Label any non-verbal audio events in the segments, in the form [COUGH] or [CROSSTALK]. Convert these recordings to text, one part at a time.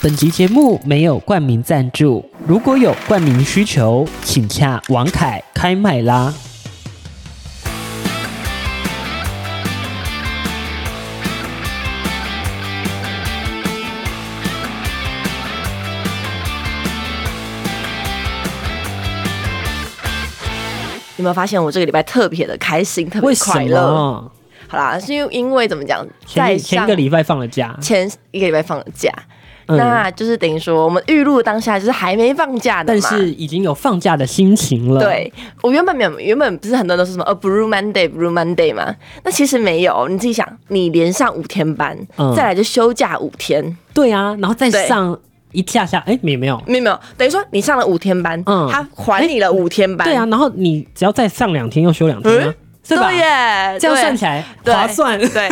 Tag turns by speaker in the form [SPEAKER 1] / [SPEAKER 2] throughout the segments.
[SPEAKER 1] 本集节目没有冠名赞助，如果有冠名需求，请洽王凯开麦啦。
[SPEAKER 2] 有没有发现我这个礼拜特别的开心，特
[SPEAKER 1] 为
[SPEAKER 2] 别
[SPEAKER 1] 什
[SPEAKER 2] 快乐？
[SPEAKER 1] 么？
[SPEAKER 2] 好啦，是因为因为怎么讲，在
[SPEAKER 1] 前前一个礼拜放了假，
[SPEAKER 2] 前一个礼拜放假，
[SPEAKER 1] 嗯，
[SPEAKER 2] 那就是等于说我们预录当下就是还没放假的
[SPEAKER 1] 但
[SPEAKER 2] 嘛。
[SPEAKER 1] 是已经有放假的心情了。，
[SPEAKER 2] 对我原本没有，原本不是很多人都说什么呃 Blue Monday Blue Monday 嘛？那其实没有，你自己想，你连上五天班，
[SPEAKER 1] 嗯
[SPEAKER 2] 再来就休假五天，
[SPEAKER 1] 对啊，然后再
[SPEAKER 2] 对
[SPEAKER 1] 上一下下，哎，没有没有，
[SPEAKER 2] 没有没有，等于说你上了五天班，
[SPEAKER 1] 嗯
[SPEAKER 2] 他还你了五天班，
[SPEAKER 1] 对啊，，然后你只要再上两天又休两天啊
[SPEAKER 2] 嗯，
[SPEAKER 1] 是吧
[SPEAKER 2] 对？耶，
[SPEAKER 1] 这样
[SPEAKER 2] 对
[SPEAKER 1] 算起来
[SPEAKER 2] 对
[SPEAKER 1] 划算。
[SPEAKER 2] [LAUGHS] 对，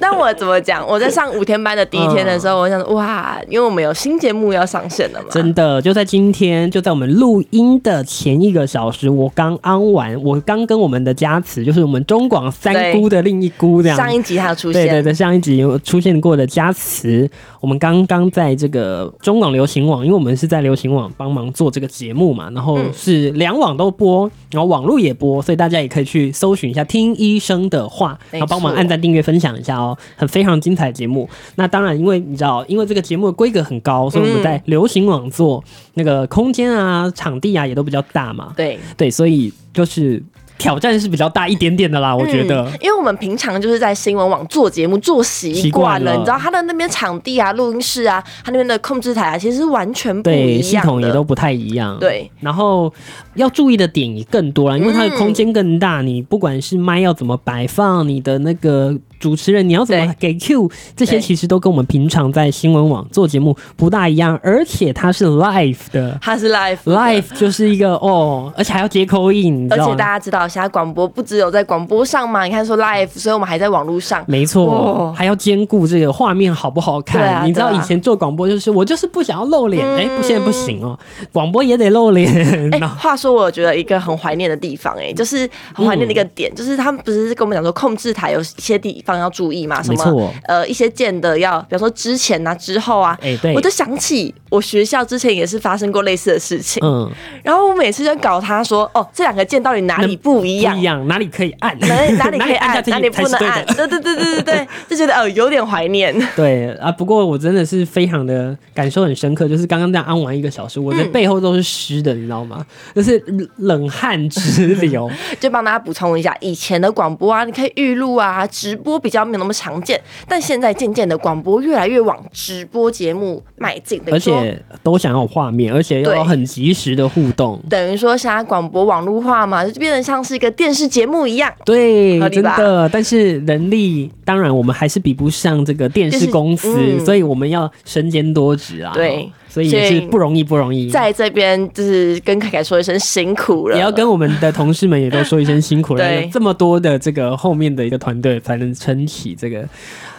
[SPEAKER 2] 但我怎么讲？我在上五天班的第一天的时候，我想说哇，因为我们有新节目要上线了嘛，
[SPEAKER 1] 嗯真的，就在今天，就在我们录音的前一个小时，我刚安完，我刚跟我们的佳慈，就是我们中广三姑的另一姑这样。
[SPEAKER 2] 上一集他出
[SPEAKER 1] 对对
[SPEAKER 2] 现，
[SPEAKER 1] 对，上一集有出现过的佳慈，我们刚刚在这个中广流行网，因为我们是在流行网帮忙做这个节目嘛，然后
[SPEAKER 2] 嗯
[SPEAKER 1] 是两网都播，然后网络也播，所以大家也可以去搜寻一下“听医生的话”，然
[SPEAKER 2] 没
[SPEAKER 1] 后帮忙
[SPEAKER 2] 错
[SPEAKER 1] 按赞、订阅、分享一下哦，很非常精彩的节目。那当然，因为你知道，因为这个节目的规格很高，所以我们
[SPEAKER 2] 嗯
[SPEAKER 1] 在流行网做那个空间啊、场地啊也都比较大嘛，
[SPEAKER 2] 对，
[SPEAKER 1] 对，所以就是挑战是比较大一点点的啦，我觉得。
[SPEAKER 2] 嗯因为我们平常就是在新闻网做节目做习惯
[SPEAKER 1] 习惯了
[SPEAKER 2] 了，你知道他的那边场地啊、录音室啊、他那边的控制台啊，其实是完全不一
[SPEAKER 1] 对，
[SPEAKER 2] 样
[SPEAKER 1] 系统也
[SPEAKER 2] 的
[SPEAKER 1] 都不太一样。
[SPEAKER 2] 对，
[SPEAKER 1] 然后要注意的点也更多了，因为它的空间更大，你不管是麦要怎么摆放，你的那个主持人你要怎么给 Q，这些
[SPEAKER 2] 对
[SPEAKER 1] 其实都跟我们平常在新闻网做节目不大一样，而且它是 live 的
[SPEAKER 2] 他是 live 的
[SPEAKER 1] ，live 就是一个哦，而且还要接口音，你知
[SPEAKER 2] 而
[SPEAKER 1] 道
[SPEAKER 2] 且大
[SPEAKER 1] 吗？
[SPEAKER 2] 家知道，现在广播不只有在广播上嘛，你看说 live，所以我们还在网络上。
[SPEAKER 1] 没错，
[SPEAKER 2] 哦
[SPEAKER 1] 还要兼顾这个画面好不好看。
[SPEAKER 2] 对啊
[SPEAKER 1] 你知道
[SPEAKER 2] 对
[SPEAKER 1] 以
[SPEAKER 2] 啊嗯
[SPEAKER 1] 前做广播就是我就是不想要露脸，哎、不现在不行哦，广播也得露脸。[LAUGHS]
[SPEAKER 2] 哎、
[SPEAKER 1] 然后
[SPEAKER 2] 话说我觉得一个很怀念的地方、哎，就是很怀念的一个点，就是他们不是跟我们讲说控制台有一些地方要注意嘛，什
[SPEAKER 1] 没错
[SPEAKER 2] 么呃一些键的要，比方说之前啊、之后啊，
[SPEAKER 1] 哎对
[SPEAKER 2] 我就想起我学校之前也是发生过类似的事情，
[SPEAKER 1] 嗯。
[SPEAKER 2] 然后我每次就搞他说，哦，这两个键到底哪里不一样
[SPEAKER 1] 不一？样，哪里可以按， [LAUGHS]
[SPEAKER 2] 哪里哪里可以
[SPEAKER 1] 下
[SPEAKER 2] 按，
[SPEAKER 1] 这
[SPEAKER 2] 哪
[SPEAKER 1] 嗯里
[SPEAKER 2] 里
[SPEAKER 1] 才
[SPEAKER 2] 不
[SPEAKER 1] 是
[SPEAKER 2] 能
[SPEAKER 1] 对的
[SPEAKER 2] 按？对对对对对对，就觉得哦有点怀念。
[SPEAKER 1] 对啊，不过我真的是非常的感受很深刻，就是刚刚这样按完一个小时，我的背后都是湿的，你知道吗？就是冷汗直 [LAUGHS] 流。
[SPEAKER 2] 就帮大家补充一下，以前的广播啊，你可以预录啊，直播比较没有那么常见，但现在渐渐的广播越来越往直播节目迈进，等
[SPEAKER 1] 而
[SPEAKER 2] 于说。
[SPEAKER 1] 且都想要有画面，而且要
[SPEAKER 2] 对
[SPEAKER 1] 有很及时的互动。
[SPEAKER 2] 等于说，现在广播网络化嘛，就变得像是一个电视节目一样。
[SPEAKER 1] 对，
[SPEAKER 2] 合理
[SPEAKER 1] 真
[SPEAKER 2] 吧
[SPEAKER 1] 的，但是人力当然我们还是比不上这个电视
[SPEAKER 2] 电视
[SPEAKER 1] 公司，
[SPEAKER 2] 嗯
[SPEAKER 1] 所以我们要身兼多职啊。
[SPEAKER 2] 对
[SPEAKER 1] 所以也
[SPEAKER 2] 所
[SPEAKER 1] 是
[SPEAKER 2] 以
[SPEAKER 1] 不容易，不容易。
[SPEAKER 2] 在这边，就是跟凯凯说一声辛苦
[SPEAKER 1] 嗯
[SPEAKER 2] 了。
[SPEAKER 1] 也要跟我们的同事们也都说一声辛苦了，
[SPEAKER 2] [LAUGHS] 对
[SPEAKER 1] 有这么多的这个后面的一个团队才能撑起这个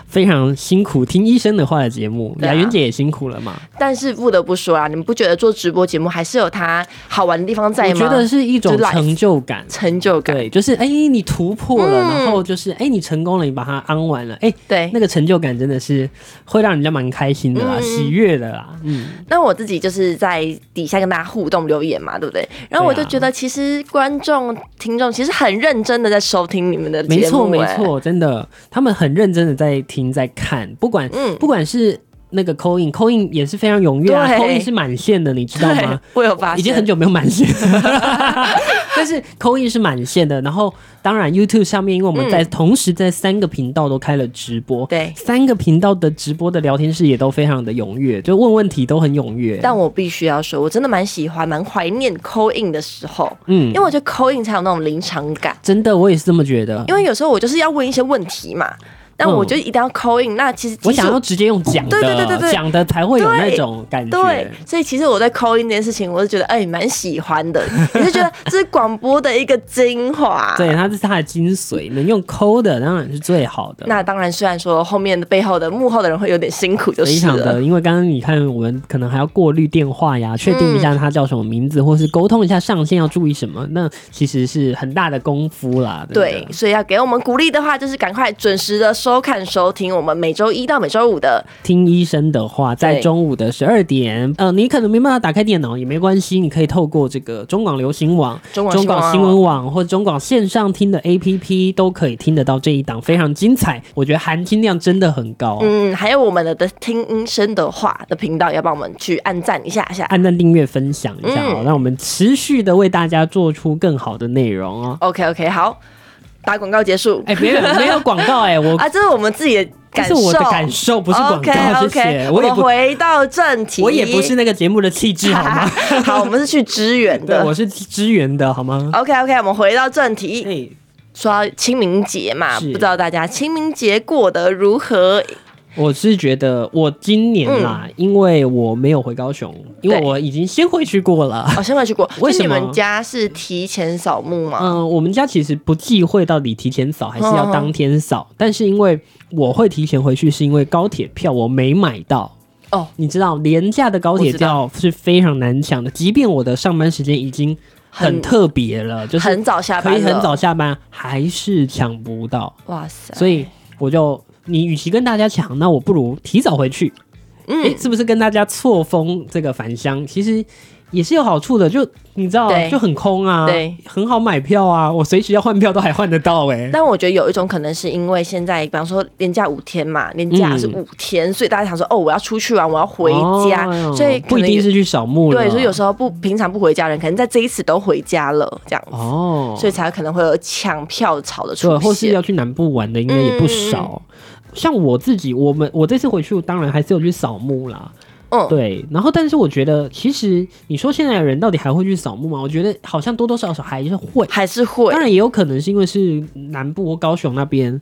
[SPEAKER 1] 非常辛苦听医生的话的节目。
[SPEAKER 2] 对啊
[SPEAKER 1] 雅媛姐也辛苦了嘛，
[SPEAKER 2] 但是不得不说啊，你们不觉得做直播节目还是有它好玩的地方在
[SPEAKER 1] 我
[SPEAKER 2] 吗？
[SPEAKER 1] 觉得是一种
[SPEAKER 2] 就 life
[SPEAKER 1] 成就感。
[SPEAKER 2] 成就感，
[SPEAKER 1] 对，就是哎、你突破了，
[SPEAKER 2] 嗯
[SPEAKER 1] 然后就是哎、你成功了，你把它安完了，哎、
[SPEAKER 2] 对
[SPEAKER 1] 那个成就感真的是会让人家蛮开心的
[SPEAKER 2] 嗯
[SPEAKER 1] 啦，喜悦的啦，嗯，
[SPEAKER 2] 那我自己就是在底下跟大家互动留言嘛，对不对？然后我就觉得，其实观众、听众其实很认真的在收听你们的
[SPEAKER 1] 没
[SPEAKER 2] 节
[SPEAKER 1] 错
[SPEAKER 2] 目、
[SPEAKER 1] 没
[SPEAKER 2] 哎，
[SPEAKER 1] 错，真的，他们很认真的在听在看，不管
[SPEAKER 2] 嗯
[SPEAKER 1] 不管是那个扣印，扣印也是非常踊跃啊，
[SPEAKER 2] 对
[SPEAKER 1] 扣印是满线的，你知道
[SPEAKER 2] 对
[SPEAKER 1] 吗？，
[SPEAKER 2] [LAUGHS] 我有发现，
[SPEAKER 1] 已经很久没有满线 [LAUGHS] 了，但是扣印是满线的。然后当然 YouTube 上面，因为我们在、同时在三个频道都开了直播，
[SPEAKER 2] 嗯对
[SPEAKER 1] 三个频道的直播的聊天室也都非常的踊跃，就问问题都很踊跃。
[SPEAKER 2] 但我必须要说，我真的蛮喜欢、蛮怀念 call in 的时候，
[SPEAKER 1] 嗯
[SPEAKER 2] 因为我觉得 call in 才有那种临场感。
[SPEAKER 1] 真的，我也是这么觉得。
[SPEAKER 2] 因为有时候我就是要问一些问题嘛，但
[SPEAKER 1] 嗯
[SPEAKER 2] 我就一定要 call in、那其实
[SPEAKER 1] 我
[SPEAKER 2] 即使
[SPEAKER 1] 想要直接用讲的，
[SPEAKER 2] 对对对对对
[SPEAKER 1] 讲的才会有
[SPEAKER 2] 对
[SPEAKER 1] 那种感觉。
[SPEAKER 2] 对，所以其实我在 call in 这件事情，我是觉得哎蛮、喜欢的，也是觉得这是广播的一个精华。
[SPEAKER 1] 对，它这是它的精髓，能用抠的当然是最好的。
[SPEAKER 2] 那当然，虽然说后面的背后的幕后的人会有点辛苦，就
[SPEAKER 1] 非
[SPEAKER 2] 是
[SPEAKER 1] 常
[SPEAKER 2] 了。
[SPEAKER 1] 的，因为刚刚你看，我们可能还要过滤电话呀，确定一
[SPEAKER 2] 嗯
[SPEAKER 1] 下它叫什么名字，或是沟通一下上线要注意什么，那其实是很大的功夫啦。真的
[SPEAKER 2] 对，所以要给我们鼓励的话，就是赶快准时的收看、收听我们每周一到每周五的
[SPEAKER 1] 听医生的话，在
[SPEAKER 2] 对
[SPEAKER 1] 中午的十二点，呃，你可能没办法打开电脑也没关系，你可以透过这个中广流行网、
[SPEAKER 2] 中广
[SPEAKER 1] 中
[SPEAKER 2] 新
[SPEAKER 1] 广
[SPEAKER 2] 闻网
[SPEAKER 1] 新闻网或者中广线上听的 APP 都可以听得到这一档非常精彩，我觉得含金量真的很高。哦
[SPEAKER 2] 嗯，还有我们的的听音声的话的频道，要帮我们去按赞一下下。
[SPEAKER 1] 按赞、订阅、分享一下哦，
[SPEAKER 2] 嗯
[SPEAKER 1] 让我们持续的为大家做出更好的内容哦。
[SPEAKER 2] OK OK，好，打广告结束。
[SPEAKER 1] 哎、
[SPEAKER 2] [LAUGHS]
[SPEAKER 1] 没有没有广告哎、我
[SPEAKER 2] 啊，这是我们自己的
[SPEAKER 1] 这
[SPEAKER 2] 感
[SPEAKER 1] 是
[SPEAKER 2] 受，
[SPEAKER 1] 我的感受，不是广告
[SPEAKER 2] OK
[SPEAKER 1] 谢
[SPEAKER 2] OK，
[SPEAKER 1] 谢。
[SPEAKER 2] 我
[SPEAKER 1] 我也
[SPEAKER 2] 们
[SPEAKER 1] 不，
[SPEAKER 2] 回到正题，
[SPEAKER 1] 我也不是那个节目的气质好吗？
[SPEAKER 2] [LAUGHS] 好，我们是去支援
[SPEAKER 1] 对，我
[SPEAKER 2] 的。
[SPEAKER 1] 是支援的好
[SPEAKER 2] [LAUGHS]
[SPEAKER 1] 吗？
[SPEAKER 2] OK OK，我们回到正
[SPEAKER 1] 哎、
[SPEAKER 2] 题，说到清明节嘛，
[SPEAKER 1] 是
[SPEAKER 2] 不知道大家清明节过得如何？
[SPEAKER 1] 我是觉得我今年啦，因为我没有回高雄，因为
[SPEAKER 2] 嗯对
[SPEAKER 1] 我已经先回去过了。
[SPEAKER 2] 哦，先回去过，
[SPEAKER 1] 为
[SPEAKER 2] 就
[SPEAKER 1] 什
[SPEAKER 2] 你
[SPEAKER 1] 么
[SPEAKER 2] 们家是提前扫墓吗？
[SPEAKER 1] 嗯，我们家其实不忌讳到底提前扫还是
[SPEAKER 2] 哦
[SPEAKER 1] 要当天扫，但是因为我会提前回去，是因为高铁票我没买到。
[SPEAKER 2] 哦，
[SPEAKER 1] 你知道廉价的高铁
[SPEAKER 2] 我知道
[SPEAKER 1] 票是非常难抢的，即便我的上班时间已经很
[SPEAKER 2] 很
[SPEAKER 1] 特别了，就是
[SPEAKER 2] 很早下班
[SPEAKER 1] 可以
[SPEAKER 2] 了，
[SPEAKER 1] 很早下班，还是抢不到。
[SPEAKER 2] 哇塞！
[SPEAKER 1] 所以我就，你与其跟大家抢，那我不如提早回去。
[SPEAKER 2] 嗯
[SPEAKER 1] 诶是不是跟大家错峰这个返乡，其实也是有好处的？就你知道，
[SPEAKER 2] 对
[SPEAKER 1] 就很空啊，
[SPEAKER 2] 对，
[SPEAKER 1] 很好买票啊，我随时要换票都还换得到哎、
[SPEAKER 2] 但我觉得有一种可能是因为现在，比方说连假五天嘛，连
[SPEAKER 1] 嗯
[SPEAKER 2] 假是五天，所以大家想说，哦，我要出去玩，我要回家，
[SPEAKER 1] 哦
[SPEAKER 2] 所以可
[SPEAKER 1] 不一
[SPEAKER 2] 能
[SPEAKER 1] 定
[SPEAKER 2] 有
[SPEAKER 1] 是去扫墓了，
[SPEAKER 2] 对，所以有时候不平常不回家的人，可能在这一次都回家了，这样子，
[SPEAKER 1] 哦，
[SPEAKER 2] 所以才可能会有抢票潮的
[SPEAKER 1] 对，
[SPEAKER 2] 出
[SPEAKER 1] 或是
[SPEAKER 2] 现。嗯
[SPEAKER 1] 要去南部玩的应该也不少。像我自己，我们我这次回去，当然还是有去扫墓啦。
[SPEAKER 2] 嗯
[SPEAKER 1] 对，然后但是我觉得，其实你说现在的人到底还会去扫墓吗？我觉得好像多多少少还是会，
[SPEAKER 2] 还是会
[SPEAKER 1] 当然也有可能是因为是南部或高雄那边，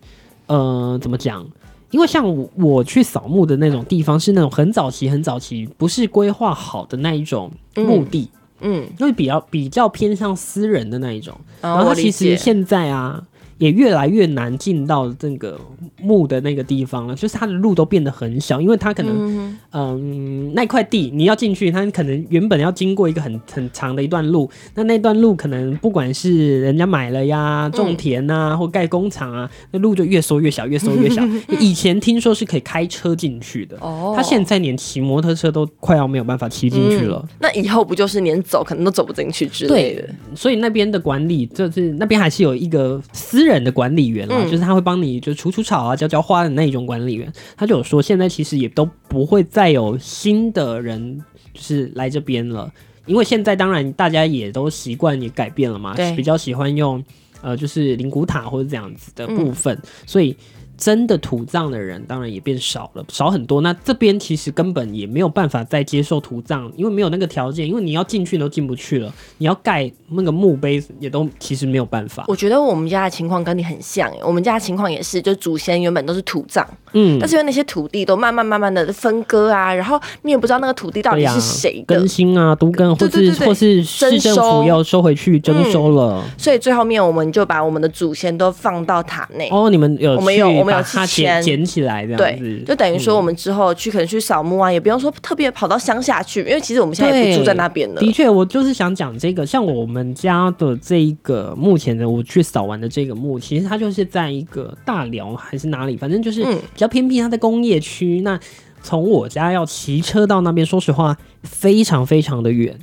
[SPEAKER 1] 呃，怎么讲？因为像我我去扫墓的那种地方，是那种很早期、很早期，不是规划好的那一种墓地，
[SPEAKER 2] 嗯，
[SPEAKER 1] 因为比较比较偏向私人的那一种。
[SPEAKER 2] 然
[SPEAKER 1] 然后它
[SPEAKER 2] 我
[SPEAKER 1] 其
[SPEAKER 2] 理
[SPEAKER 1] 实
[SPEAKER 2] 解，
[SPEAKER 1] 现在啊，也越来越难进到这个墓的那个地方了，就是它的路都变得很小，因为它可能
[SPEAKER 2] 嗯，
[SPEAKER 1] 嗯那块地你要进去，它可能原本要经过一个很很长的一段路，那那段路可能不管是人家买了呀、
[SPEAKER 2] 嗯
[SPEAKER 1] 种田呐、或盖工厂啊，那路就越缩越小，越缩
[SPEAKER 2] [LAUGHS]
[SPEAKER 1] 越小。以前听说是可以开车进去的。
[SPEAKER 2] 哦，
[SPEAKER 1] 他现在连骑摩托车都快要没有办法骑进去了，
[SPEAKER 2] 嗯那以后不就是连走可能都走不进去之类的？
[SPEAKER 1] 所以那边的管理就是那边还是有一个私人的管理员啦，
[SPEAKER 2] 嗯
[SPEAKER 1] 就是他会帮你就除除草啊、浇浇花的那一种管理员。他就有说，现在其实也都不会再有新的人就是来这边了，因为现在当然大家也都习惯也改变了嘛
[SPEAKER 2] 对，
[SPEAKER 1] 比较喜欢用呃就是灵骨塔或者这样子
[SPEAKER 2] 嗯
[SPEAKER 1] 的部分，所以。真的土葬的人当然也变少了，少很多。那这边其实根本也没有办法再接受土葬，因为没有那个条件，因为你要进去都进不去了，你要盖那个墓碑也都其实没有办法。
[SPEAKER 2] 我觉得我们家的情况跟你很像耶，我们家的情况也是，就祖先原本都是土葬，
[SPEAKER 1] 嗯
[SPEAKER 2] 但，是因为那些土地都慢慢慢慢的分割啊，然后你也不知道那个土地到
[SPEAKER 1] 对啊
[SPEAKER 2] 底
[SPEAKER 1] 呀
[SPEAKER 2] 是谁的，
[SPEAKER 1] 更新啊，都更或
[SPEAKER 2] 对
[SPEAKER 1] 是
[SPEAKER 2] 对对对
[SPEAKER 1] 或是市政
[SPEAKER 2] 征收
[SPEAKER 1] 府要收回去征收了。
[SPEAKER 2] 所以最后面我们就把我们的祖先都放到塔内。
[SPEAKER 1] 哦，你们有
[SPEAKER 2] 嗯我们有
[SPEAKER 1] 去
[SPEAKER 2] 我们有
[SPEAKER 1] 把
[SPEAKER 2] 去
[SPEAKER 1] 它捡
[SPEAKER 2] 签
[SPEAKER 1] 捡起来这样
[SPEAKER 2] 对
[SPEAKER 1] 子，，嗯
[SPEAKER 2] 就等于说我们之后去可能去扫墓啊，也不用说特别跑到乡下去，因为其实我们现在也不住在那边了。
[SPEAKER 1] 的确，我就是想讲这个，像我们家的这一个目前的我去扫完的这个墓，其实它就是在一个大寮还是哪里，反正就是
[SPEAKER 2] 嗯
[SPEAKER 1] 比较偏僻，它在工业区。那从我家要骑车到那边，说实话，非常非常的远。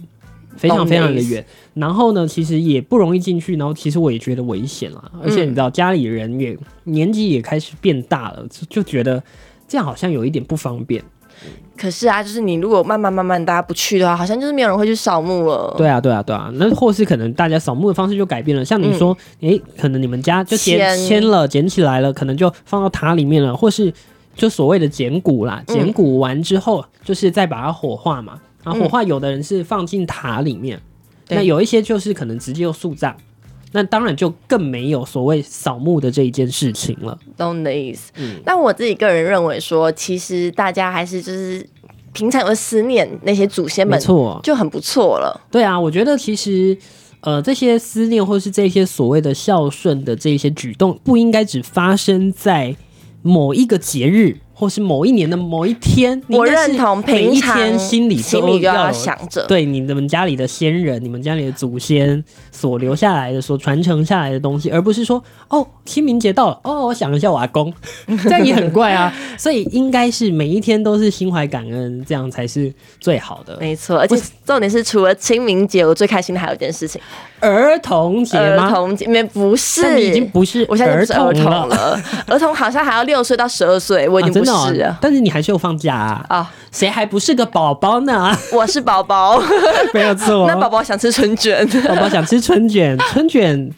[SPEAKER 1] 非常非常的远，然后呢，其实也不容易进去，然后其实我也觉得危险啦，而且你知道家里人也年纪也开始变大了，就就觉得这样好像有一点不方便。
[SPEAKER 2] 可是啊，就是你如果慢慢慢慢大家不去的话，好像就是没有人会去扫墓了。
[SPEAKER 1] 对啊，对啊，对啊，那或是可能大家扫墓的方式就改变了，
[SPEAKER 2] 嗯
[SPEAKER 1] 像你说，诶，可能你们家就捡
[SPEAKER 2] 迁
[SPEAKER 1] 迁了，捡起来了，可能就放到塔里面了，或是就所谓的捡骨啦，
[SPEAKER 2] 嗯
[SPEAKER 1] 捡骨完之后，就是再把它火化嘛，啊，火化有的人是放进塔里面，
[SPEAKER 2] 对
[SPEAKER 1] 那有一些就是可能直接用树葬。那当然就更没有所谓扫墓的这一件事情了。
[SPEAKER 2] 懂你的意思。
[SPEAKER 1] 嗯
[SPEAKER 2] 但我自己个人认为说，其实大家还是就是平常有在思念那些祖先
[SPEAKER 1] 没
[SPEAKER 2] 们，
[SPEAKER 1] 错，
[SPEAKER 2] 就很不错了。
[SPEAKER 1] 对啊，我觉得其实。呃，这些思念或是这些所谓的孝顺的这些举动，不应该只发生在某一个节日或是某一年的某一天，你应
[SPEAKER 2] 我
[SPEAKER 1] 该是
[SPEAKER 2] 认同，
[SPEAKER 1] 每
[SPEAKER 2] 平
[SPEAKER 1] 一
[SPEAKER 2] 常
[SPEAKER 1] 天心里
[SPEAKER 2] 心
[SPEAKER 1] 都
[SPEAKER 2] 里就
[SPEAKER 1] 要
[SPEAKER 2] 要
[SPEAKER 1] 有
[SPEAKER 2] 想着，
[SPEAKER 1] 对你们家里的先人、你们家里的祖先所留下来的、所传承下来的东西，而不是说哦，清明节到了，哦，我想一下我阿
[SPEAKER 2] [LAUGHS]
[SPEAKER 1] 公，这样也很怪啊。所以应该是每一天都是心怀感恩，这样才是最好的。
[SPEAKER 2] 没错。而且重点是，除了清明节，我最开心的还有一件事情，
[SPEAKER 1] 儿童节
[SPEAKER 2] 儿
[SPEAKER 1] 吗？
[SPEAKER 2] 童节，没不
[SPEAKER 1] 但
[SPEAKER 2] 是，
[SPEAKER 1] 你已经不是
[SPEAKER 2] 我现在不
[SPEAKER 1] 儿
[SPEAKER 2] 是儿童
[SPEAKER 1] 了，啊
[SPEAKER 2] 了，儿童好像还要六岁到十二岁，我已经
[SPEAKER 1] 啊真
[SPEAKER 2] 不
[SPEAKER 1] 的哦
[SPEAKER 2] 是了。
[SPEAKER 1] 但是你还是有放假啊？
[SPEAKER 2] 啊，
[SPEAKER 1] 谁还不是个宝宝呢？ [LAUGHS]
[SPEAKER 2] 我是宝宝，
[SPEAKER 1] 没有错，哦
[SPEAKER 2] [LAUGHS] 那宝宝想吃春卷，
[SPEAKER 1] 宝宝想吃春
[SPEAKER 2] [LAUGHS]
[SPEAKER 1] 卷，春卷。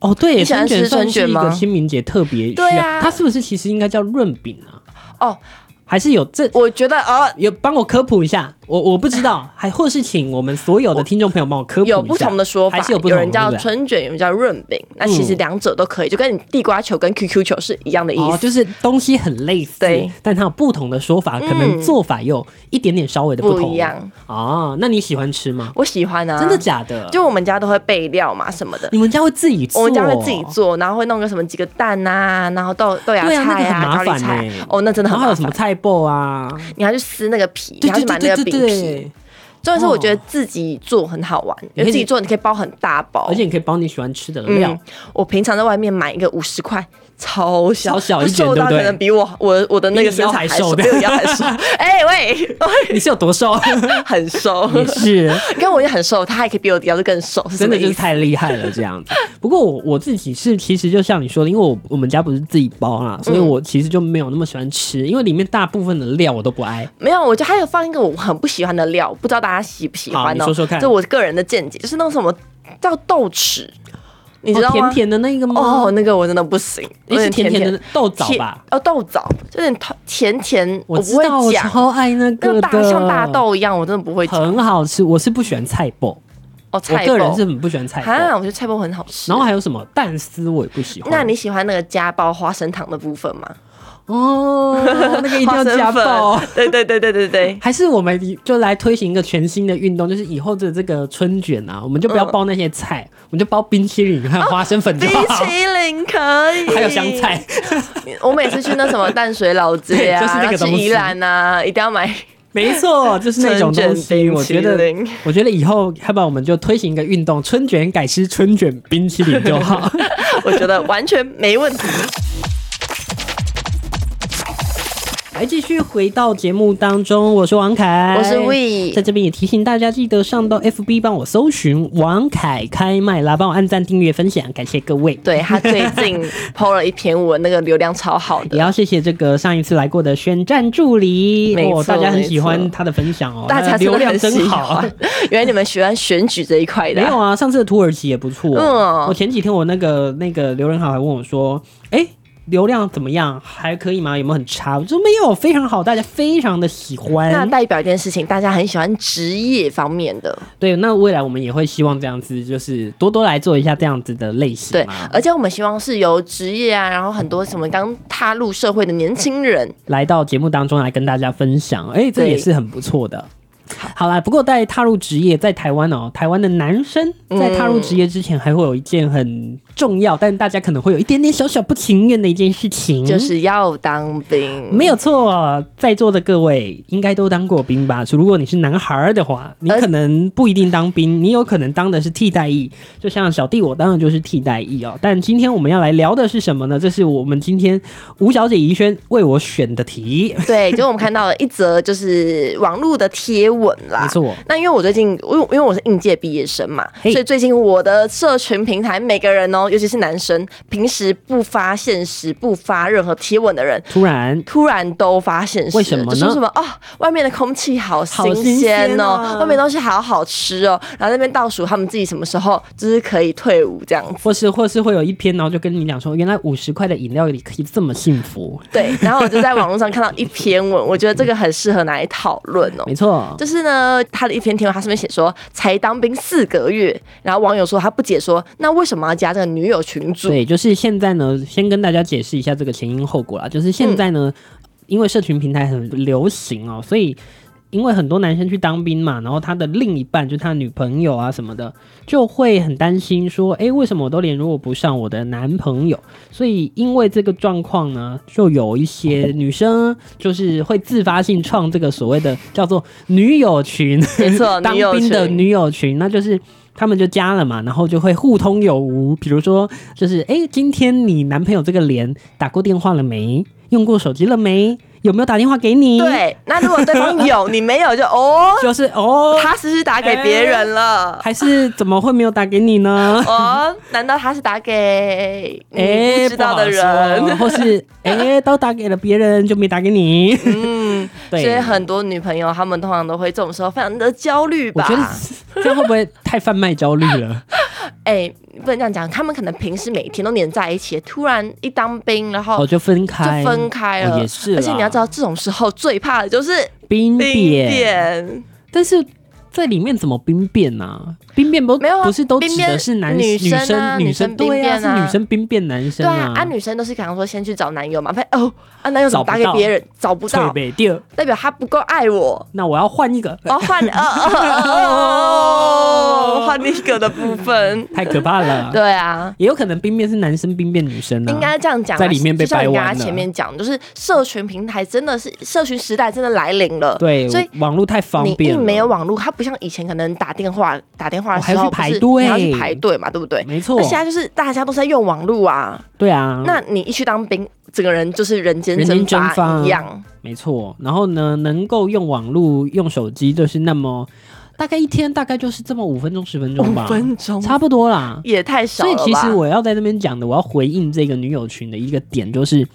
[SPEAKER 1] 哦，对耶，
[SPEAKER 2] 你喜欢
[SPEAKER 1] 春卷
[SPEAKER 2] 吃
[SPEAKER 1] 算
[SPEAKER 2] 春
[SPEAKER 1] 是
[SPEAKER 2] 卷
[SPEAKER 1] 一个
[SPEAKER 2] 吗
[SPEAKER 1] 清明节特别需要，
[SPEAKER 2] 对啊
[SPEAKER 1] 它是不是其实应该叫润饼啊？
[SPEAKER 2] 哦，
[SPEAKER 1] 还是有这
[SPEAKER 2] 我觉得哦，
[SPEAKER 1] 有帮我科普一下？我我不知道，还或是请我们所有的听众朋友帮我科普一下
[SPEAKER 2] 有不同的说法，
[SPEAKER 1] 还是有不同的
[SPEAKER 2] 人叫
[SPEAKER 1] 对不对
[SPEAKER 2] 春卷，有人叫润饼，那其实两者都可以，就跟你地瓜球跟 QQ 球是一样的意
[SPEAKER 1] 嗯哦，
[SPEAKER 2] 思。
[SPEAKER 1] 就是东西很类似，
[SPEAKER 2] 对，
[SPEAKER 1] 但它有不同的说法，可能
[SPEAKER 2] 嗯
[SPEAKER 1] 做法又一点点稍微的同
[SPEAKER 2] 不一样
[SPEAKER 1] 哦。那你喜欢吃吗？
[SPEAKER 2] 我喜欢啊，
[SPEAKER 1] 真的假的？
[SPEAKER 2] 就我们家都会备料嘛什么的。
[SPEAKER 1] 你们家会自己做？哦
[SPEAKER 2] 我们家会自己，做，然后会弄个什么几个蛋啊，然后豆豆芽
[SPEAKER 1] 对啊那个
[SPEAKER 2] 菜
[SPEAKER 1] 很麻
[SPEAKER 2] 啊、高
[SPEAKER 1] 烦
[SPEAKER 2] 丽菜
[SPEAKER 1] 欸，
[SPEAKER 2] 哦，那真的
[SPEAKER 1] 然后
[SPEAKER 2] 很
[SPEAKER 1] 还
[SPEAKER 2] 麻
[SPEAKER 1] 有什么
[SPEAKER 2] 烦。
[SPEAKER 1] 菜脯啊？
[SPEAKER 2] 你要去撕那个皮，你
[SPEAKER 1] 对
[SPEAKER 2] 要去
[SPEAKER 1] 对
[SPEAKER 2] 买
[SPEAKER 1] 对对
[SPEAKER 2] 那个
[SPEAKER 1] 对哦
[SPEAKER 2] 饼皮，哦
[SPEAKER 1] 对。
[SPEAKER 2] 重点是我觉得自己做很好玩，因为自己做你可以包很大包，
[SPEAKER 1] 而且你可以包你喜欢吃的料。
[SPEAKER 2] 嗯，我平常在外面买一个五十块。超小，
[SPEAKER 1] 超小一卷
[SPEAKER 2] 瘦
[SPEAKER 1] 对
[SPEAKER 2] 到
[SPEAKER 1] 不对
[SPEAKER 2] 可能比我我我的那个身材
[SPEAKER 1] 比你腰还瘦
[SPEAKER 2] 比我腰还瘦。 [LAUGHS] 哎、喂，
[SPEAKER 1] 你是有多
[SPEAKER 2] [LAUGHS]
[SPEAKER 1] 瘦？
[SPEAKER 2] 很瘦，
[SPEAKER 1] 也是，
[SPEAKER 2] 你看我也很瘦，他还可以比我腰就更瘦，是什
[SPEAKER 1] 真
[SPEAKER 2] 么
[SPEAKER 1] 的就
[SPEAKER 2] 意
[SPEAKER 1] 是
[SPEAKER 2] 思？
[SPEAKER 1] 太厉害了这样子。不过我我自己是，其实就像你说的，因为我我们家不是自己包啊，所以
[SPEAKER 2] 嗯
[SPEAKER 1] 我其实就没有那么喜欢吃，因为里面大部分的料我都不爱。
[SPEAKER 2] 没有，我觉得还有放一个我很不喜欢的料，不知道大家喜不喜欢
[SPEAKER 1] 好
[SPEAKER 2] 哦。
[SPEAKER 1] 你说说看
[SPEAKER 2] 这我个人的见解，就是那种什么叫豆豉，你知道
[SPEAKER 1] 哦
[SPEAKER 2] 吗？
[SPEAKER 1] 甜甜的那个吗？
[SPEAKER 2] 哦，，那个我真的不行，有
[SPEAKER 1] 也是
[SPEAKER 2] 点
[SPEAKER 1] 甜
[SPEAKER 2] 甜
[SPEAKER 1] 的豆枣吧？
[SPEAKER 2] 甜哦，豆枣，有点甜甜，
[SPEAKER 1] 我
[SPEAKER 2] 不
[SPEAKER 1] 知
[SPEAKER 2] 会
[SPEAKER 1] 道，我
[SPEAKER 2] 讲。
[SPEAKER 1] 超爱那
[SPEAKER 2] 那
[SPEAKER 1] 个的
[SPEAKER 2] 个大，像大，豆一样，我真的不会讲。
[SPEAKER 1] 很好吃。我是不喜欢菜脯，
[SPEAKER 2] 哦，
[SPEAKER 1] 我
[SPEAKER 2] 菜
[SPEAKER 1] 个人
[SPEAKER 2] 包
[SPEAKER 1] 是很不喜欢菜
[SPEAKER 2] 啊，
[SPEAKER 1] 脯。
[SPEAKER 2] 我觉得菜包很好吃。
[SPEAKER 1] 然后还有什么蛋丝我也不喜欢。
[SPEAKER 2] 那你喜欢那个加包花生糖的部分吗？ [LAUGHS]
[SPEAKER 1] 哦，那个一定要
[SPEAKER 2] 花生
[SPEAKER 1] 加
[SPEAKER 2] 粉
[SPEAKER 1] 爆。
[SPEAKER 2] 对对对对
[SPEAKER 1] [LAUGHS]
[SPEAKER 2] 对对，
[SPEAKER 1] 还是我们就来推行一个全新的运动，就是以后的这个春卷啊，我们就
[SPEAKER 2] 嗯
[SPEAKER 1] 不要包那些菜，我们就包冰淇淋还有花生粉就
[SPEAKER 2] 哦冰
[SPEAKER 1] 好，
[SPEAKER 2] 淇淋可以，
[SPEAKER 1] [LAUGHS] 还有香。菜。
[SPEAKER 2] 我每次去那什么淡水老街
[SPEAKER 1] 对 [LAUGHS]
[SPEAKER 2] 啊，
[SPEAKER 1] 就是那个
[SPEAKER 2] 然后去
[SPEAKER 1] 东西
[SPEAKER 2] 宜兰啊，一定要买 [LAUGHS]
[SPEAKER 1] 没错，就是那种东
[SPEAKER 2] 春卷
[SPEAKER 1] 西。
[SPEAKER 2] 冰
[SPEAKER 1] 我
[SPEAKER 2] 淇
[SPEAKER 1] 觉得，
[SPEAKER 2] 淋。
[SPEAKER 1] 我觉得以后要不然我们就推行一个运动，春卷改吃春卷冰淇淋就好。
[SPEAKER 2] 我觉得完全没问题。
[SPEAKER 1] [LAUGHS] 来，继续回到节目当中，我是王凯，
[SPEAKER 2] 我是
[SPEAKER 1] 在
[SPEAKER 2] We，
[SPEAKER 1] 这边也提醒大家，记得上到 FB 帮我搜寻王凯开麦啦，帮我按赞、订阅、分享，感谢各位。
[SPEAKER 2] 对他最近 PO 了一篇文，那个流量超好
[SPEAKER 1] 也
[SPEAKER 2] 的。 [LAUGHS]
[SPEAKER 1] 要谢谢这个上一次来过的宣战助理，
[SPEAKER 2] 没错
[SPEAKER 1] 哦，大家很喜欢
[SPEAKER 2] 没
[SPEAKER 1] 他的分享哦，
[SPEAKER 2] 大
[SPEAKER 1] 他
[SPEAKER 2] 家
[SPEAKER 1] 的流量
[SPEAKER 2] 真
[SPEAKER 1] 真
[SPEAKER 2] 的很喜
[SPEAKER 1] 好。
[SPEAKER 2] 欢，原来你们喜欢选举这一块的
[SPEAKER 1] 没
[SPEAKER 2] 啊、
[SPEAKER 1] 有啊，上次的土耳其也不错。
[SPEAKER 2] 嗯
[SPEAKER 1] 我前几天我那个那个刘仁豪还问我说，哎、流量怎么样？还可以吗？有没有很差？我说没有，非常好，大家非常的喜
[SPEAKER 2] 那
[SPEAKER 1] 欢。
[SPEAKER 2] 代表一件事情，大家很喜欢职业方面的，
[SPEAKER 1] 对，那未来我们也会希望这样子，就是多多来做一下这样子的类型
[SPEAKER 2] 对
[SPEAKER 1] 嘛，，
[SPEAKER 2] 而且我们希望是由职业啊，然后很多什么刚踏入社会的年轻人，
[SPEAKER 1] 来到节目当中来跟大家分享，哎、这
[SPEAKER 2] 对
[SPEAKER 1] 也是很不错的。好啦，不过在踏入职业，在台湾哦，台湾的男生在踏入职业之前，还会有一件很重要，但大家可能会有一点点小小不情愿的一件事情，
[SPEAKER 2] 就是要当兵，
[SPEAKER 1] 没有错，在座的各位应该都当过兵吧？如果你是男孩儿的话，你
[SPEAKER 2] 呃
[SPEAKER 1] 可能不一定当兵，你有可能当的是替代役。就像小弟我当的就是替代役哦。但今天我们要来聊的是什么呢？这是我们今天吴小姐怡轩为我选的题，
[SPEAKER 2] 对，就我们看到了一则就是网络的贴文啦
[SPEAKER 1] 没。错。
[SPEAKER 2] 那因为我最近，因为因为我是应届毕业生嘛，
[SPEAKER 1] 嘿
[SPEAKER 2] 所以最近我的社群平台每个人哦，尤其是男生，平时不发现实、不发任何贴文的人，
[SPEAKER 1] 突然
[SPEAKER 2] 突然都发现
[SPEAKER 1] 为什么呢
[SPEAKER 2] 就说什么哦，外面的空气好
[SPEAKER 1] 好新
[SPEAKER 2] 新
[SPEAKER 1] 鲜
[SPEAKER 2] 鲜哦，
[SPEAKER 1] 啊
[SPEAKER 2] 外面东西好好吃哦，然后那边倒数他们自己什么时候就是可以退伍这样子。
[SPEAKER 1] 或是或是会有一篇，然后就跟你讲说，原来五十块的饮料也可以这么幸福， [LAUGHS]
[SPEAKER 2] 对，然后我就在网络上看到一篇文，我觉得这个很适合拿来讨论哦。
[SPEAKER 1] 没错。
[SPEAKER 2] 就是呢，他的一篇贴文，他上面写说才当兵四个月，然后网友说他不解说，那为什么要加这个女友群组？
[SPEAKER 1] 对，就是现在呢，先跟大家解释一下这个前因后果啦。就是现在呢，因为社群平台很流行哦，所以。因为很多男生去当兵嘛，然后他的另一半就是他的女朋友啊什么的，就会很担心说，诶，为什么我都联络不上我的男朋友？所以因为这个状况呢，就有一些女生就是会自发性创这个所谓的叫做女友群，
[SPEAKER 2] 没错
[SPEAKER 1] 当
[SPEAKER 2] 哦女友
[SPEAKER 1] 兵的
[SPEAKER 2] 群
[SPEAKER 1] 女友群，那就是。他们就加了嘛，然后就会互通有无。比如说，就是诶，今天你男朋友这个连打过电话了没？用过手机了没？有没有打电话给你？，
[SPEAKER 2] 对，那如果对方有你没有就哦，
[SPEAKER 1] 就是 [LAUGHS] 哦，
[SPEAKER 2] 他是不是打给别人了？
[SPEAKER 1] 还是怎么会没有打给你
[SPEAKER 2] [LAUGHS]
[SPEAKER 1] 呢？
[SPEAKER 2] 哦，难道他是打给
[SPEAKER 1] 诶，
[SPEAKER 2] 你不知道的
[SPEAKER 1] 哎不好
[SPEAKER 2] 人？
[SPEAKER 1] 说或是诶，都打给了别人，就没打给你。
[SPEAKER 2] 嗯，
[SPEAKER 1] [LAUGHS]
[SPEAKER 2] 所
[SPEAKER 1] 对
[SPEAKER 2] 以很多女朋友她们通常都会这种时候非常的焦虑
[SPEAKER 1] 我
[SPEAKER 2] 吧
[SPEAKER 1] 觉？得 [LAUGHS] 这样会不会太贩卖焦虑
[SPEAKER 2] [LAUGHS]
[SPEAKER 1] 了？
[SPEAKER 2] 哎，不能这样讲，她们可能平时每天都黏在一起，突然一当兵，然
[SPEAKER 1] 哦，
[SPEAKER 2] 后
[SPEAKER 1] 就分
[SPEAKER 2] 就
[SPEAKER 1] 开，
[SPEAKER 2] 分开
[SPEAKER 1] 哦
[SPEAKER 2] 了。
[SPEAKER 1] 也是啦
[SPEAKER 2] 而且你要知道，这种时候最怕的就是
[SPEAKER 1] 兵
[SPEAKER 2] 兵
[SPEAKER 1] 变，
[SPEAKER 2] 变。
[SPEAKER 1] 但是。在里面怎么兵变呢、兵变不
[SPEAKER 2] 没有啊
[SPEAKER 1] 不是都指
[SPEAKER 2] 兵
[SPEAKER 1] 的
[SPEAKER 2] 变
[SPEAKER 1] 是男
[SPEAKER 2] 女生啊
[SPEAKER 1] 生女
[SPEAKER 2] 女生兵
[SPEAKER 1] 对啊，
[SPEAKER 2] 变啊
[SPEAKER 1] 是女生兵变男生
[SPEAKER 2] 对啊，啊，女生都是想说先去找男友嘛，发现哦，啊，男友怎么打给
[SPEAKER 1] 找不到
[SPEAKER 2] 别人，找不
[SPEAKER 1] 翠
[SPEAKER 2] 到，
[SPEAKER 1] 北第二，
[SPEAKER 2] 代表他不够爱我，
[SPEAKER 1] 那我要换一个，
[SPEAKER 2] 我要换哦哦哦哦哦，换另一个的部分。
[SPEAKER 1] 太可怕了。
[SPEAKER 2] 对啊，
[SPEAKER 1] 也有可能兵变是男生兵变女生呢、
[SPEAKER 2] 应该这样讲啊，
[SPEAKER 1] 在里面被
[SPEAKER 2] 就像
[SPEAKER 1] 掰
[SPEAKER 2] 你
[SPEAKER 1] 弯
[SPEAKER 2] 刚才
[SPEAKER 1] 了
[SPEAKER 2] 前面讲，就是社群平台真的是社群时代真的来临了，
[SPEAKER 1] 对，
[SPEAKER 2] 所以。
[SPEAKER 1] 网络太方
[SPEAKER 2] 你一
[SPEAKER 1] 便了，
[SPEAKER 2] 没有网络，它不像以前可能打电话，打电话的时
[SPEAKER 1] 我还
[SPEAKER 2] 候
[SPEAKER 1] 要去排
[SPEAKER 2] 不是
[SPEAKER 1] 队
[SPEAKER 2] 你要去排队嘛，对不对？
[SPEAKER 1] 没错
[SPEAKER 2] 那，现在就是大家都是在用网络啊，
[SPEAKER 1] 对啊，
[SPEAKER 2] 那你一去当兵，整个人就是人间
[SPEAKER 1] 人间
[SPEAKER 2] 蒸
[SPEAKER 1] 蒸发
[SPEAKER 2] 发一样。
[SPEAKER 1] 没错。然后呢，能够用网络、用手机，就是那么大概一天大概就是这么五分钟、十分钟吧，
[SPEAKER 2] 钟
[SPEAKER 1] 差不多啦。
[SPEAKER 2] 也太少
[SPEAKER 1] 所
[SPEAKER 2] 了
[SPEAKER 1] 以
[SPEAKER 2] 吧？
[SPEAKER 1] 其实我要在这边讲的，我要回应这个女友群的一个点就是。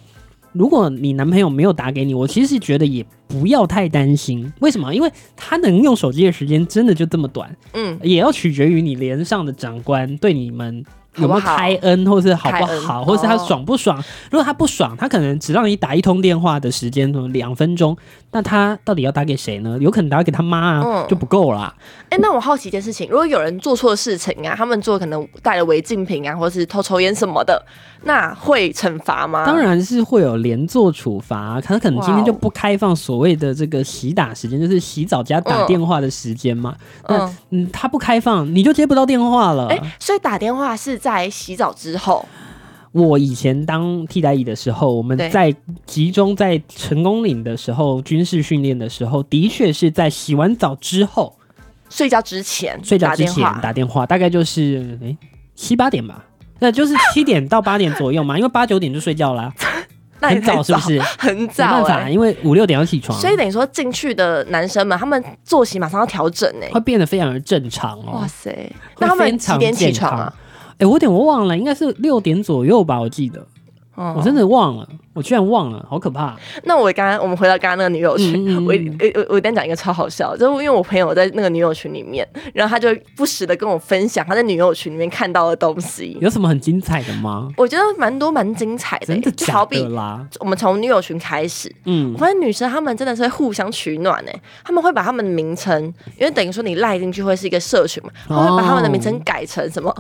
[SPEAKER 1] 如果你男朋友没有打给你，我其实觉得也不要太担心。为什么？因为他能用手机的时间真的就这么短，
[SPEAKER 2] 嗯，
[SPEAKER 1] 也要取决于你连上的长官对你们有没有
[SPEAKER 2] 好不好
[SPEAKER 1] 开恩，或是好不
[SPEAKER 2] 开恩
[SPEAKER 1] 好，或是他
[SPEAKER 2] 哦
[SPEAKER 1] 爽不爽。如果他不爽，他可能只让你打一通电话的时间，什么两分钟，那他到底要打给谁呢？有可能打给他妈啊，
[SPEAKER 2] 嗯
[SPEAKER 1] 就不够啦。
[SPEAKER 2] 哎、那我好奇一件事情，如果有人做错事情啊，他们做可能带了违禁品啊，或是偷抽烟什么的，那会惩罚吗？
[SPEAKER 1] 当，然是会有连坐处罚，他可能今天
[SPEAKER 2] 哦
[SPEAKER 1] 就不开放所谓的这个洗打时间，就是洗澡加打
[SPEAKER 2] 嗯
[SPEAKER 1] 电话的时间嘛。那
[SPEAKER 2] 嗯，
[SPEAKER 1] 嗯，他不开放，你就接不到电话了。
[SPEAKER 2] 哎、所以打电话是在洗澡之后，
[SPEAKER 1] 我以前当替代役的时候，我们
[SPEAKER 2] 对
[SPEAKER 1] 在集中在成功岭的时候，军事训练的时候，的确是在洗完澡之后，
[SPEAKER 2] 睡觉之前
[SPEAKER 1] 睡觉之前
[SPEAKER 2] 打电话
[SPEAKER 1] 打电话，大概就是诶七八点吧，那
[SPEAKER 2] [LAUGHS]
[SPEAKER 1] 就是七点到八点左右嘛，因为八九点就睡觉啦，
[SPEAKER 2] 那也
[SPEAKER 1] 很
[SPEAKER 2] 太
[SPEAKER 1] 早是不？是？没
[SPEAKER 2] 很早
[SPEAKER 1] 办法，
[SPEAKER 2] 哎、
[SPEAKER 1] 因为五六点要起床，
[SPEAKER 2] 所以等于说进去的男生们，他们作息马上要调整哎、
[SPEAKER 1] 会变得非常的正常哦
[SPEAKER 2] 哇。塞，那他们几点起床啊？
[SPEAKER 1] 哎、我有点忘了，应该是六点左右吧，我记得，
[SPEAKER 2] 哦
[SPEAKER 1] 我真的忘了，我居然忘了，好可怕！
[SPEAKER 2] 那我刚刚我们回到刚刚那个女友群，
[SPEAKER 1] 嗯嗯嗯
[SPEAKER 2] 我我我我跟你讲一个超好笑，就是因为我朋友在那个女友群里面，然后他就不时的跟我分享他在女友群里面看到的东西，
[SPEAKER 1] 有什么很精彩的吗？
[SPEAKER 2] 我觉得蛮多蛮精彩的、
[SPEAKER 1] 真的
[SPEAKER 2] 欸就好
[SPEAKER 1] 假的
[SPEAKER 2] 比
[SPEAKER 1] 啦？
[SPEAKER 2] 我们从女友群开始。
[SPEAKER 1] 嗯
[SPEAKER 2] 我，发现女生她们真的是会互相取暖诶、她们会把她们的名称，因为等于说你赖进去会是一个社群嘛，她们会把她们的名
[SPEAKER 1] 哦
[SPEAKER 2] 称改成什么？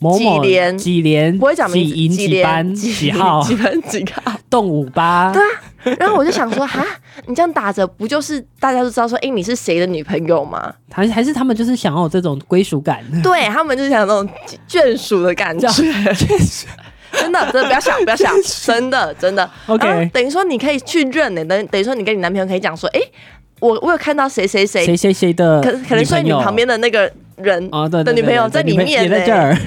[SPEAKER 1] 某某
[SPEAKER 2] 几连
[SPEAKER 1] 几连
[SPEAKER 2] 不会讲名字，
[SPEAKER 1] 几营
[SPEAKER 2] 连
[SPEAKER 1] 班几号
[SPEAKER 2] 几班几号？
[SPEAKER 1] 动五八，
[SPEAKER 2] 对啊然后我就想说，哈，你这样打着，不就是大家都知道说，哎、你是谁的女朋友吗？
[SPEAKER 1] 还还是他们就是想要有这种归属
[SPEAKER 2] [LAUGHS]
[SPEAKER 1] 感。
[SPEAKER 2] 对他们就是想那种眷属的感觉， [LAUGHS]
[SPEAKER 1] 确实
[SPEAKER 2] 真的，真的不要想，不要想，真的，真的。
[SPEAKER 1] OK
[SPEAKER 2] 然后等于说你可以去认呢、等等于说你跟你男朋友可以讲说，哎、我我有看到谁谁谁，
[SPEAKER 1] 谁谁谁的
[SPEAKER 2] 可可能所以你
[SPEAKER 1] 呃女朋友
[SPEAKER 2] 旁边的那个人，
[SPEAKER 1] 哦，对
[SPEAKER 2] 的
[SPEAKER 1] 对对
[SPEAKER 2] 女朋友
[SPEAKER 1] 对
[SPEAKER 2] 在里
[SPEAKER 1] 女朋友
[SPEAKER 2] 面欸
[SPEAKER 1] 也在
[SPEAKER 2] 呢
[SPEAKER 1] 这儿，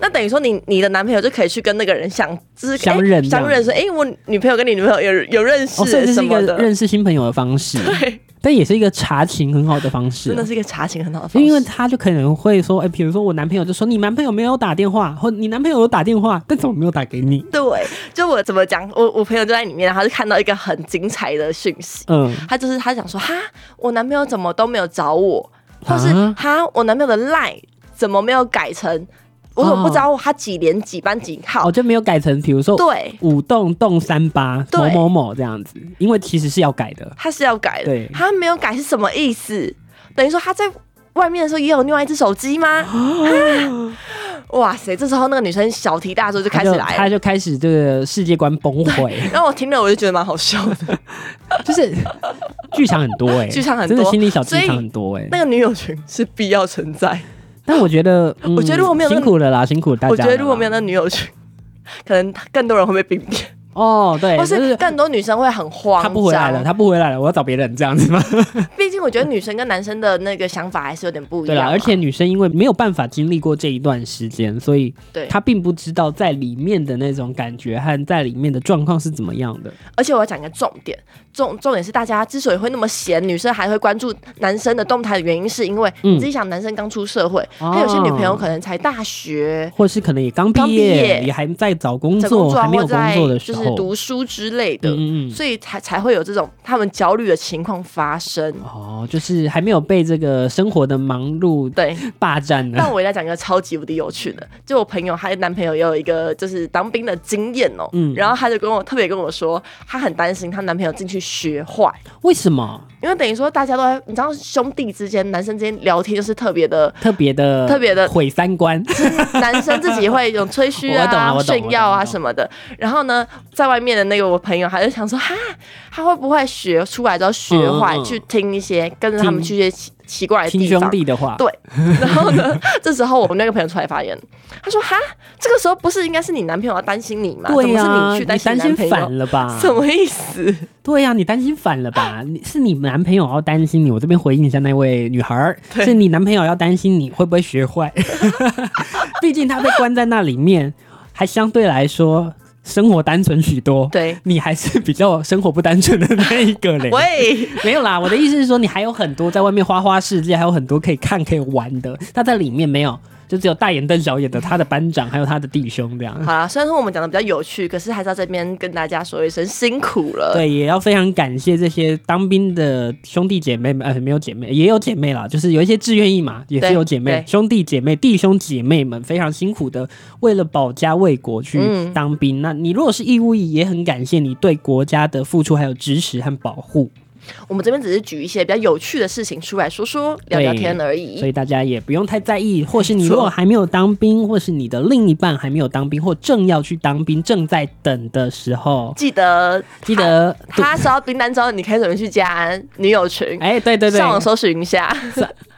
[SPEAKER 2] 那等于说你你的男朋友就可以去跟那个人想，就是
[SPEAKER 1] 相
[SPEAKER 2] 诶
[SPEAKER 1] 认这样
[SPEAKER 2] 相认说，哎、我女朋友跟你女朋友有有认识、
[SPEAKER 1] 哦，所以这
[SPEAKER 2] 什
[SPEAKER 1] 是一
[SPEAKER 2] 么
[SPEAKER 1] 个
[SPEAKER 2] 的，
[SPEAKER 1] 认识新朋友的方式，
[SPEAKER 2] [LAUGHS] 对，
[SPEAKER 1] 但也是一个查情很好的方式
[SPEAKER 2] 真。的是一个查情很好的方式，
[SPEAKER 1] 因为他就可能会说，哎、比如说我男朋友就说你男朋友没有打电话，或你男朋友有打电话，但怎么没有打给你？
[SPEAKER 2] 对，就我怎么讲，我我朋友就在里面，然后他就看到一个很精彩的讯息，
[SPEAKER 1] 嗯，
[SPEAKER 2] 他就是他想说哈，我男朋友怎么都没有找我，或是
[SPEAKER 1] 啊
[SPEAKER 2] 哈，我男朋友的 line 怎么没有改成，我怎么不知道他几年几班几号？
[SPEAKER 1] 哦哦，就没有改成，比如说
[SPEAKER 2] 对，
[SPEAKER 1] 五栋栋三八
[SPEAKER 2] 对
[SPEAKER 1] 某某某这样子，因为其实是要改的。
[SPEAKER 2] 他是要改的
[SPEAKER 1] 对，
[SPEAKER 2] 他没有改是什么意
[SPEAKER 1] 哦
[SPEAKER 2] 思？等于说他在。外面的时候也有另外一只手机吗？啊哇塞，这时候那个女生小题大做就
[SPEAKER 1] 他
[SPEAKER 2] 开始
[SPEAKER 1] 就
[SPEAKER 2] 来
[SPEAKER 1] 他
[SPEAKER 2] 了。
[SPEAKER 1] 就开始这个世界观崩溃，
[SPEAKER 2] 然后我听了我就觉得蛮好笑的，
[SPEAKER 1] [LAUGHS] 就是剧场很多哎、
[SPEAKER 2] 剧场很
[SPEAKER 1] 真的
[SPEAKER 2] 多
[SPEAKER 1] 心理小剧
[SPEAKER 2] 所以
[SPEAKER 1] 场很多哎、
[SPEAKER 2] 那个女友群是必要存在。
[SPEAKER 1] 但我觉得，嗯
[SPEAKER 2] 我觉得如果没有那
[SPEAKER 1] 辛
[SPEAKER 2] 个
[SPEAKER 1] 苦了啦，辛苦大家了
[SPEAKER 2] 我
[SPEAKER 1] 啦。
[SPEAKER 2] 觉得如果没有那个女友群，可能更多人会被冰点，
[SPEAKER 1] 哦， [LAUGHS] 对，
[SPEAKER 2] 或
[SPEAKER 1] 就是是
[SPEAKER 2] 更多女生会很慌
[SPEAKER 1] 他
[SPEAKER 2] 张。
[SPEAKER 1] 不回来了，他不回来了，我要找别人这样子吗？
[SPEAKER 2] 毕竟我觉得女生跟男生的那个想法还是有点不一
[SPEAKER 1] 对
[SPEAKER 2] 样
[SPEAKER 1] 啦，
[SPEAKER 2] 嘛。
[SPEAKER 1] 而且女生因为没有办法经历过这一段时间，所以
[SPEAKER 2] 对
[SPEAKER 1] 她并不知道在里面的那种感觉和在里面的状况是怎么样的。
[SPEAKER 2] 而且我要讲一个重点，重重点是大家之所以会那么闲，女生还会关注男生的动态的原因，是因为
[SPEAKER 1] 嗯
[SPEAKER 2] 你自己想，男生刚出社会，
[SPEAKER 1] 哦
[SPEAKER 2] 他有些女朋友可能才大学。
[SPEAKER 1] 或是可能也刚毕
[SPEAKER 2] 刚毕业
[SPEAKER 1] 也还在找工
[SPEAKER 2] 在
[SPEAKER 1] 作，
[SPEAKER 2] 工作啊
[SPEAKER 1] 还没有
[SPEAKER 2] 或
[SPEAKER 1] 工
[SPEAKER 2] 在
[SPEAKER 1] 作的时
[SPEAKER 2] 就是
[SPEAKER 1] 候，
[SPEAKER 2] 读书之类的，
[SPEAKER 1] 嗯嗯嗯
[SPEAKER 2] 所以才才会有这种他们焦虑的情况发生。
[SPEAKER 1] 哦，就是还没有被这个生活的忙碌
[SPEAKER 2] 对，
[SPEAKER 1] 霸占呢
[SPEAKER 2] 但。我也来讲一个超级无敌有趣的，就我朋友她男朋友也有一个就是当兵的经验哦、
[SPEAKER 1] 嗯
[SPEAKER 2] 然后她就跟我特别跟我说，她很担心她男朋友进去学坏，
[SPEAKER 1] 为什么
[SPEAKER 2] 因为等于说大家都在，你知道兄弟之间、男生之间聊天就是特
[SPEAKER 1] [LAUGHS]
[SPEAKER 2] 别的，
[SPEAKER 1] 特别的
[SPEAKER 2] 特别的
[SPEAKER 1] 毁三观？
[SPEAKER 2] 男生自己会有吹嘘
[SPEAKER 1] 我懂了
[SPEAKER 2] 啊、
[SPEAKER 1] 我懂
[SPEAKER 2] 炫耀
[SPEAKER 1] 我懂我
[SPEAKER 2] 啊
[SPEAKER 1] 懂
[SPEAKER 2] 什么的。然后呢，在外面的那个我朋友，他就想说，哈，他会不会学出来之后学坏，
[SPEAKER 1] 嗯嗯嗯
[SPEAKER 2] 去听一些跟着他们
[SPEAKER 1] 听
[SPEAKER 2] 去一些奇奇怪的
[SPEAKER 1] 亲
[SPEAKER 2] 地
[SPEAKER 1] 兄
[SPEAKER 2] 方？
[SPEAKER 1] 弟的话，
[SPEAKER 2] 对 [LAUGHS] 然后呢，这时候我们那个朋友出来发言，他说：“哈，这个时候不是应该是你男朋友要担心你吗？
[SPEAKER 1] 对呀、
[SPEAKER 2] 怎啊么是你去
[SPEAKER 1] 你担
[SPEAKER 2] 担心
[SPEAKER 1] 心
[SPEAKER 2] 男朋
[SPEAKER 1] 反
[SPEAKER 2] 友？
[SPEAKER 1] 了吧？
[SPEAKER 2] [LAUGHS] 什么意思？
[SPEAKER 1] 对呀、你担心反了
[SPEAKER 2] [LAUGHS]
[SPEAKER 1] 吧？你是你男朋友要担心你，我这边回应一下那位女孩儿，
[SPEAKER 2] 对
[SPEAKER 1] 是你男朋友要担心你会不会学坏， [LAUGHS] 毕竟他被关在那里面，还相对来说生活单纯许多。，
[SPEAKER 2] 对，
[SPEAKER 1] 你还是比较生活不单纯的那一个嘞。
[SPEAKER 2] 喂，
[SPEAKER 1] [LAUGHS] 没有啦，我的意思是说，你还有很多在外面花花世界，还有很多可以看可以玩的，他在里面没有，就只有大眼瞪小眼的他的班长，还有他的弟兄这样。
[SPEAKER 2] 好啦，虽然说我们讲的比较有趣，可是还是要这边跟大家说一声辛苦了。
[SPEAKER 1] 对，也要非常感谢这些当兵的兄弟姐妹们，呃，没有姐妹，也有姐妹啦，就是有一些志愿役嘛，也是
[SPEAKER 2] 对
[SPEAKER 1] 有姐妹
[SPEAKER 2] 对，
[SPEAKER 1] 兄弟姐妹、弟兄姐妹们非常辛苦的为了保家卫国去
[SPEAKER 2] 嗯
[SPEAKER 1] 当兵。那你如果是义务役，也很感谢你对国家的付出、还有支持和保护。
[SPEAKER 2] 我们这边只是举一些比较有趣的事情出来说说、聊聊天而
[SPEAKER 1] 所
[SPEAKER 2] 已。
[SPEAKER 1] 以大家也不用太在意，或是你
[SPEAKER 2] 嗯没
[SPEAKER 1] 如
[SPEAKER 2] 错
[SPEAKER 1] 果还没有当兵，或是你的另一半还没有当兵，或正要去当兵、正在等的时候，
[SPEAKER 2] 记得
[SPEAKER 1] 记得对
[SPEAKER 2] 他收到订单之后，你可以准备去加女友群，
[SPEAKER 1] 哎、对对对，
[SPEAKER 2] 上网搜寻一下。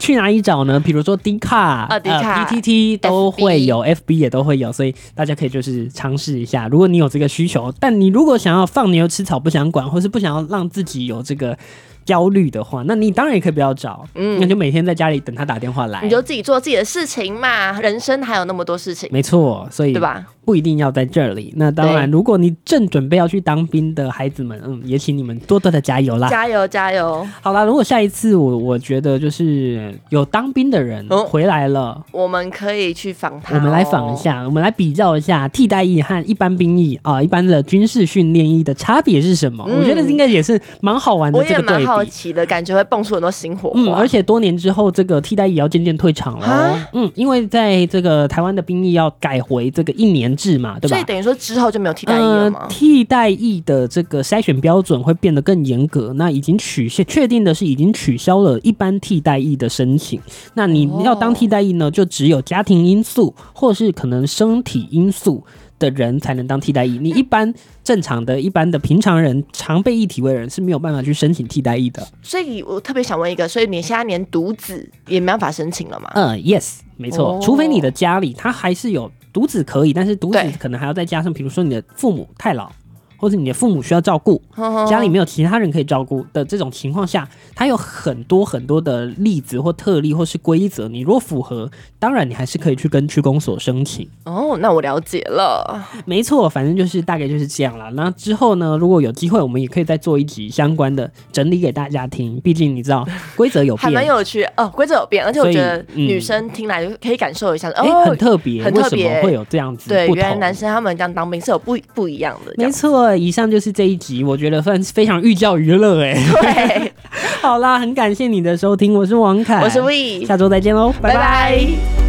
[SPEAKER 1] 去哪里找呢？比如说 D 卡、呃
[SPEAKER 2] 啊 Dcard
[SPEAKER 1] PTT 都会有，FB 也都会有，所以大家可以就是尝试一下。如果你有这个需求，但你如果想要放牛吃草不想管，或是不想要让自己有这个焦虑的话，那你当然也可以不要找，嗯，那就每天在家里等他打电话来，
[SPEAKER 2] 你就自己做自己的事情嘛，人生还有那么多事情，
[SPEAKER 1] 没错，所以
[SPEAKER 2] 对？吧？
[SPEAKER 1] 不一定要在这里。那当然，
[SPEAKER 2] 对
[SPEAKER 1] 如果你正准备要去当兵的孩子们，嗯，也请你们多多的加油啦。
[SPEAKER 2] 加油加油！
[SPEAKER 1] 好啦，如果下一次我我觉得就是有当兵的人
[SPEAKER 2] 哦
[SPEAKER 1] 回来了。
[SPEAKER 2] 我们可以去访他、哦
[SPEAKER 1] 我们来访一。下，我们来比较一下替代役和一般兵役啊、一般的军事训练役的差别是什么？
[SPEAKER 2] 嗯
[SPEAKER 1] 我觉得应该也是蛮好玩的
[SPEAKER 2] 哦我
[SPEAKER 1] 这
[SPEAKER 2] 也
[SPEAKER 1] 个
[SPEAKER 2] 蛮
[SPEAKER 1] 对
[SPEAKER 2] 好
[SPEAKER 1] 比。
[SPEAKER 2] 奇的，感觉会蹦出很多新火花。
[SPEAKER 1] 嗯，而且多年之后，这个替代役要渐渐退场了
[SPEAKER 2] 啊。
[SPEAKER 1] 嗯，因为在这个台湾的兵役要改回这个一年制嘛，对吧
[SPEAKER 2] 所以？等于说之后就没有替代役了
[SPEAKER 1] 嗯，
[SPEAKER 2] 吗？
[SPEAKER 1] 替代役的这个筛选标准会变得更严格。那已经取消，确定的是已经取消了一般替代役的申请。那你
[SPEAKER 2] 哦
[SPEAKER 1] 要当替代役呢，就只有家庭因素或是可能身体因素。的人才能当替代役，你一般正常的、一般的平常人、常被役体位人是没有办法去申请替代役的。
[SPEAKER 2] 所以我特别想问一个，所以你现在连独子也没办法申请了吗？
[SPEAKER 1] 嗯，yes，没错，
[SPEAKER 2] 哦
[SPEAKER 1] 除非你的家里他还是有独子可以，但是独子
[SPEAKER 2] 对
[SPEAKER 1] 可能还要再加上，比如说你的父母太老，或者你的父母需要照
[SPEAKER 2] [LAUGHS]
[SPEAKER 1] 顾，
[SPEAKER 2] 哼哼
[SPEAKER 1] 家里没有其他人可以照顾的这种情况下，它有很多很多的例子或特例或是规则，你如果符合，当然你还是可以去跟区公所申请。
[SPEAKER 2] 哦，那我了解了。
[SPEAKER 1] 没错，反正就是大概就是这样啦。那之后呢，如果有机会，我们也可以再做一集相关的整理给大家听。毕竟你知道规则有
[SPEAKER 2] 还蛮
[SPEAKER 1] 变。
[SPEAKER 2] 有趣哦，规则有变，而且我觉得
[SPEAKER 1] 所以嗯
[SPEAKER 2] 女生听来可以感受一下，
[SPEAKER 1] 哎、
[SPEAKER 2] 哦
[SPEAKER 1] 很，特别，
[SPEAKER 2] 很特别
[SPEAKER 1] 为什么会有这样子
[SPEAKER 2] 对，
[SPEAKER 1] 不
[SPEAKER 2] 原来
[SPEAKER 1] 同？
[SPEAKER 2] 男生他们这样当兵是有不不一样的，这
[SPEAKER 1] 没
[SPEAKER 2] 样
[SPEAKER 1] 错，以上就是这一集，我觉得算是非常寓教于乐哎、
[SPEAKER 2] 对。
[SPEAKER 1] 好啦，很感谢你的收听，我是王凯，
[SPEAKER 2] 我是 We，
[SPEAKER 1] 下周再见喽，拜
[SPEAKER 2] 拜
[SPEAKER 1] 拜
[SPEAKER 2] 拜。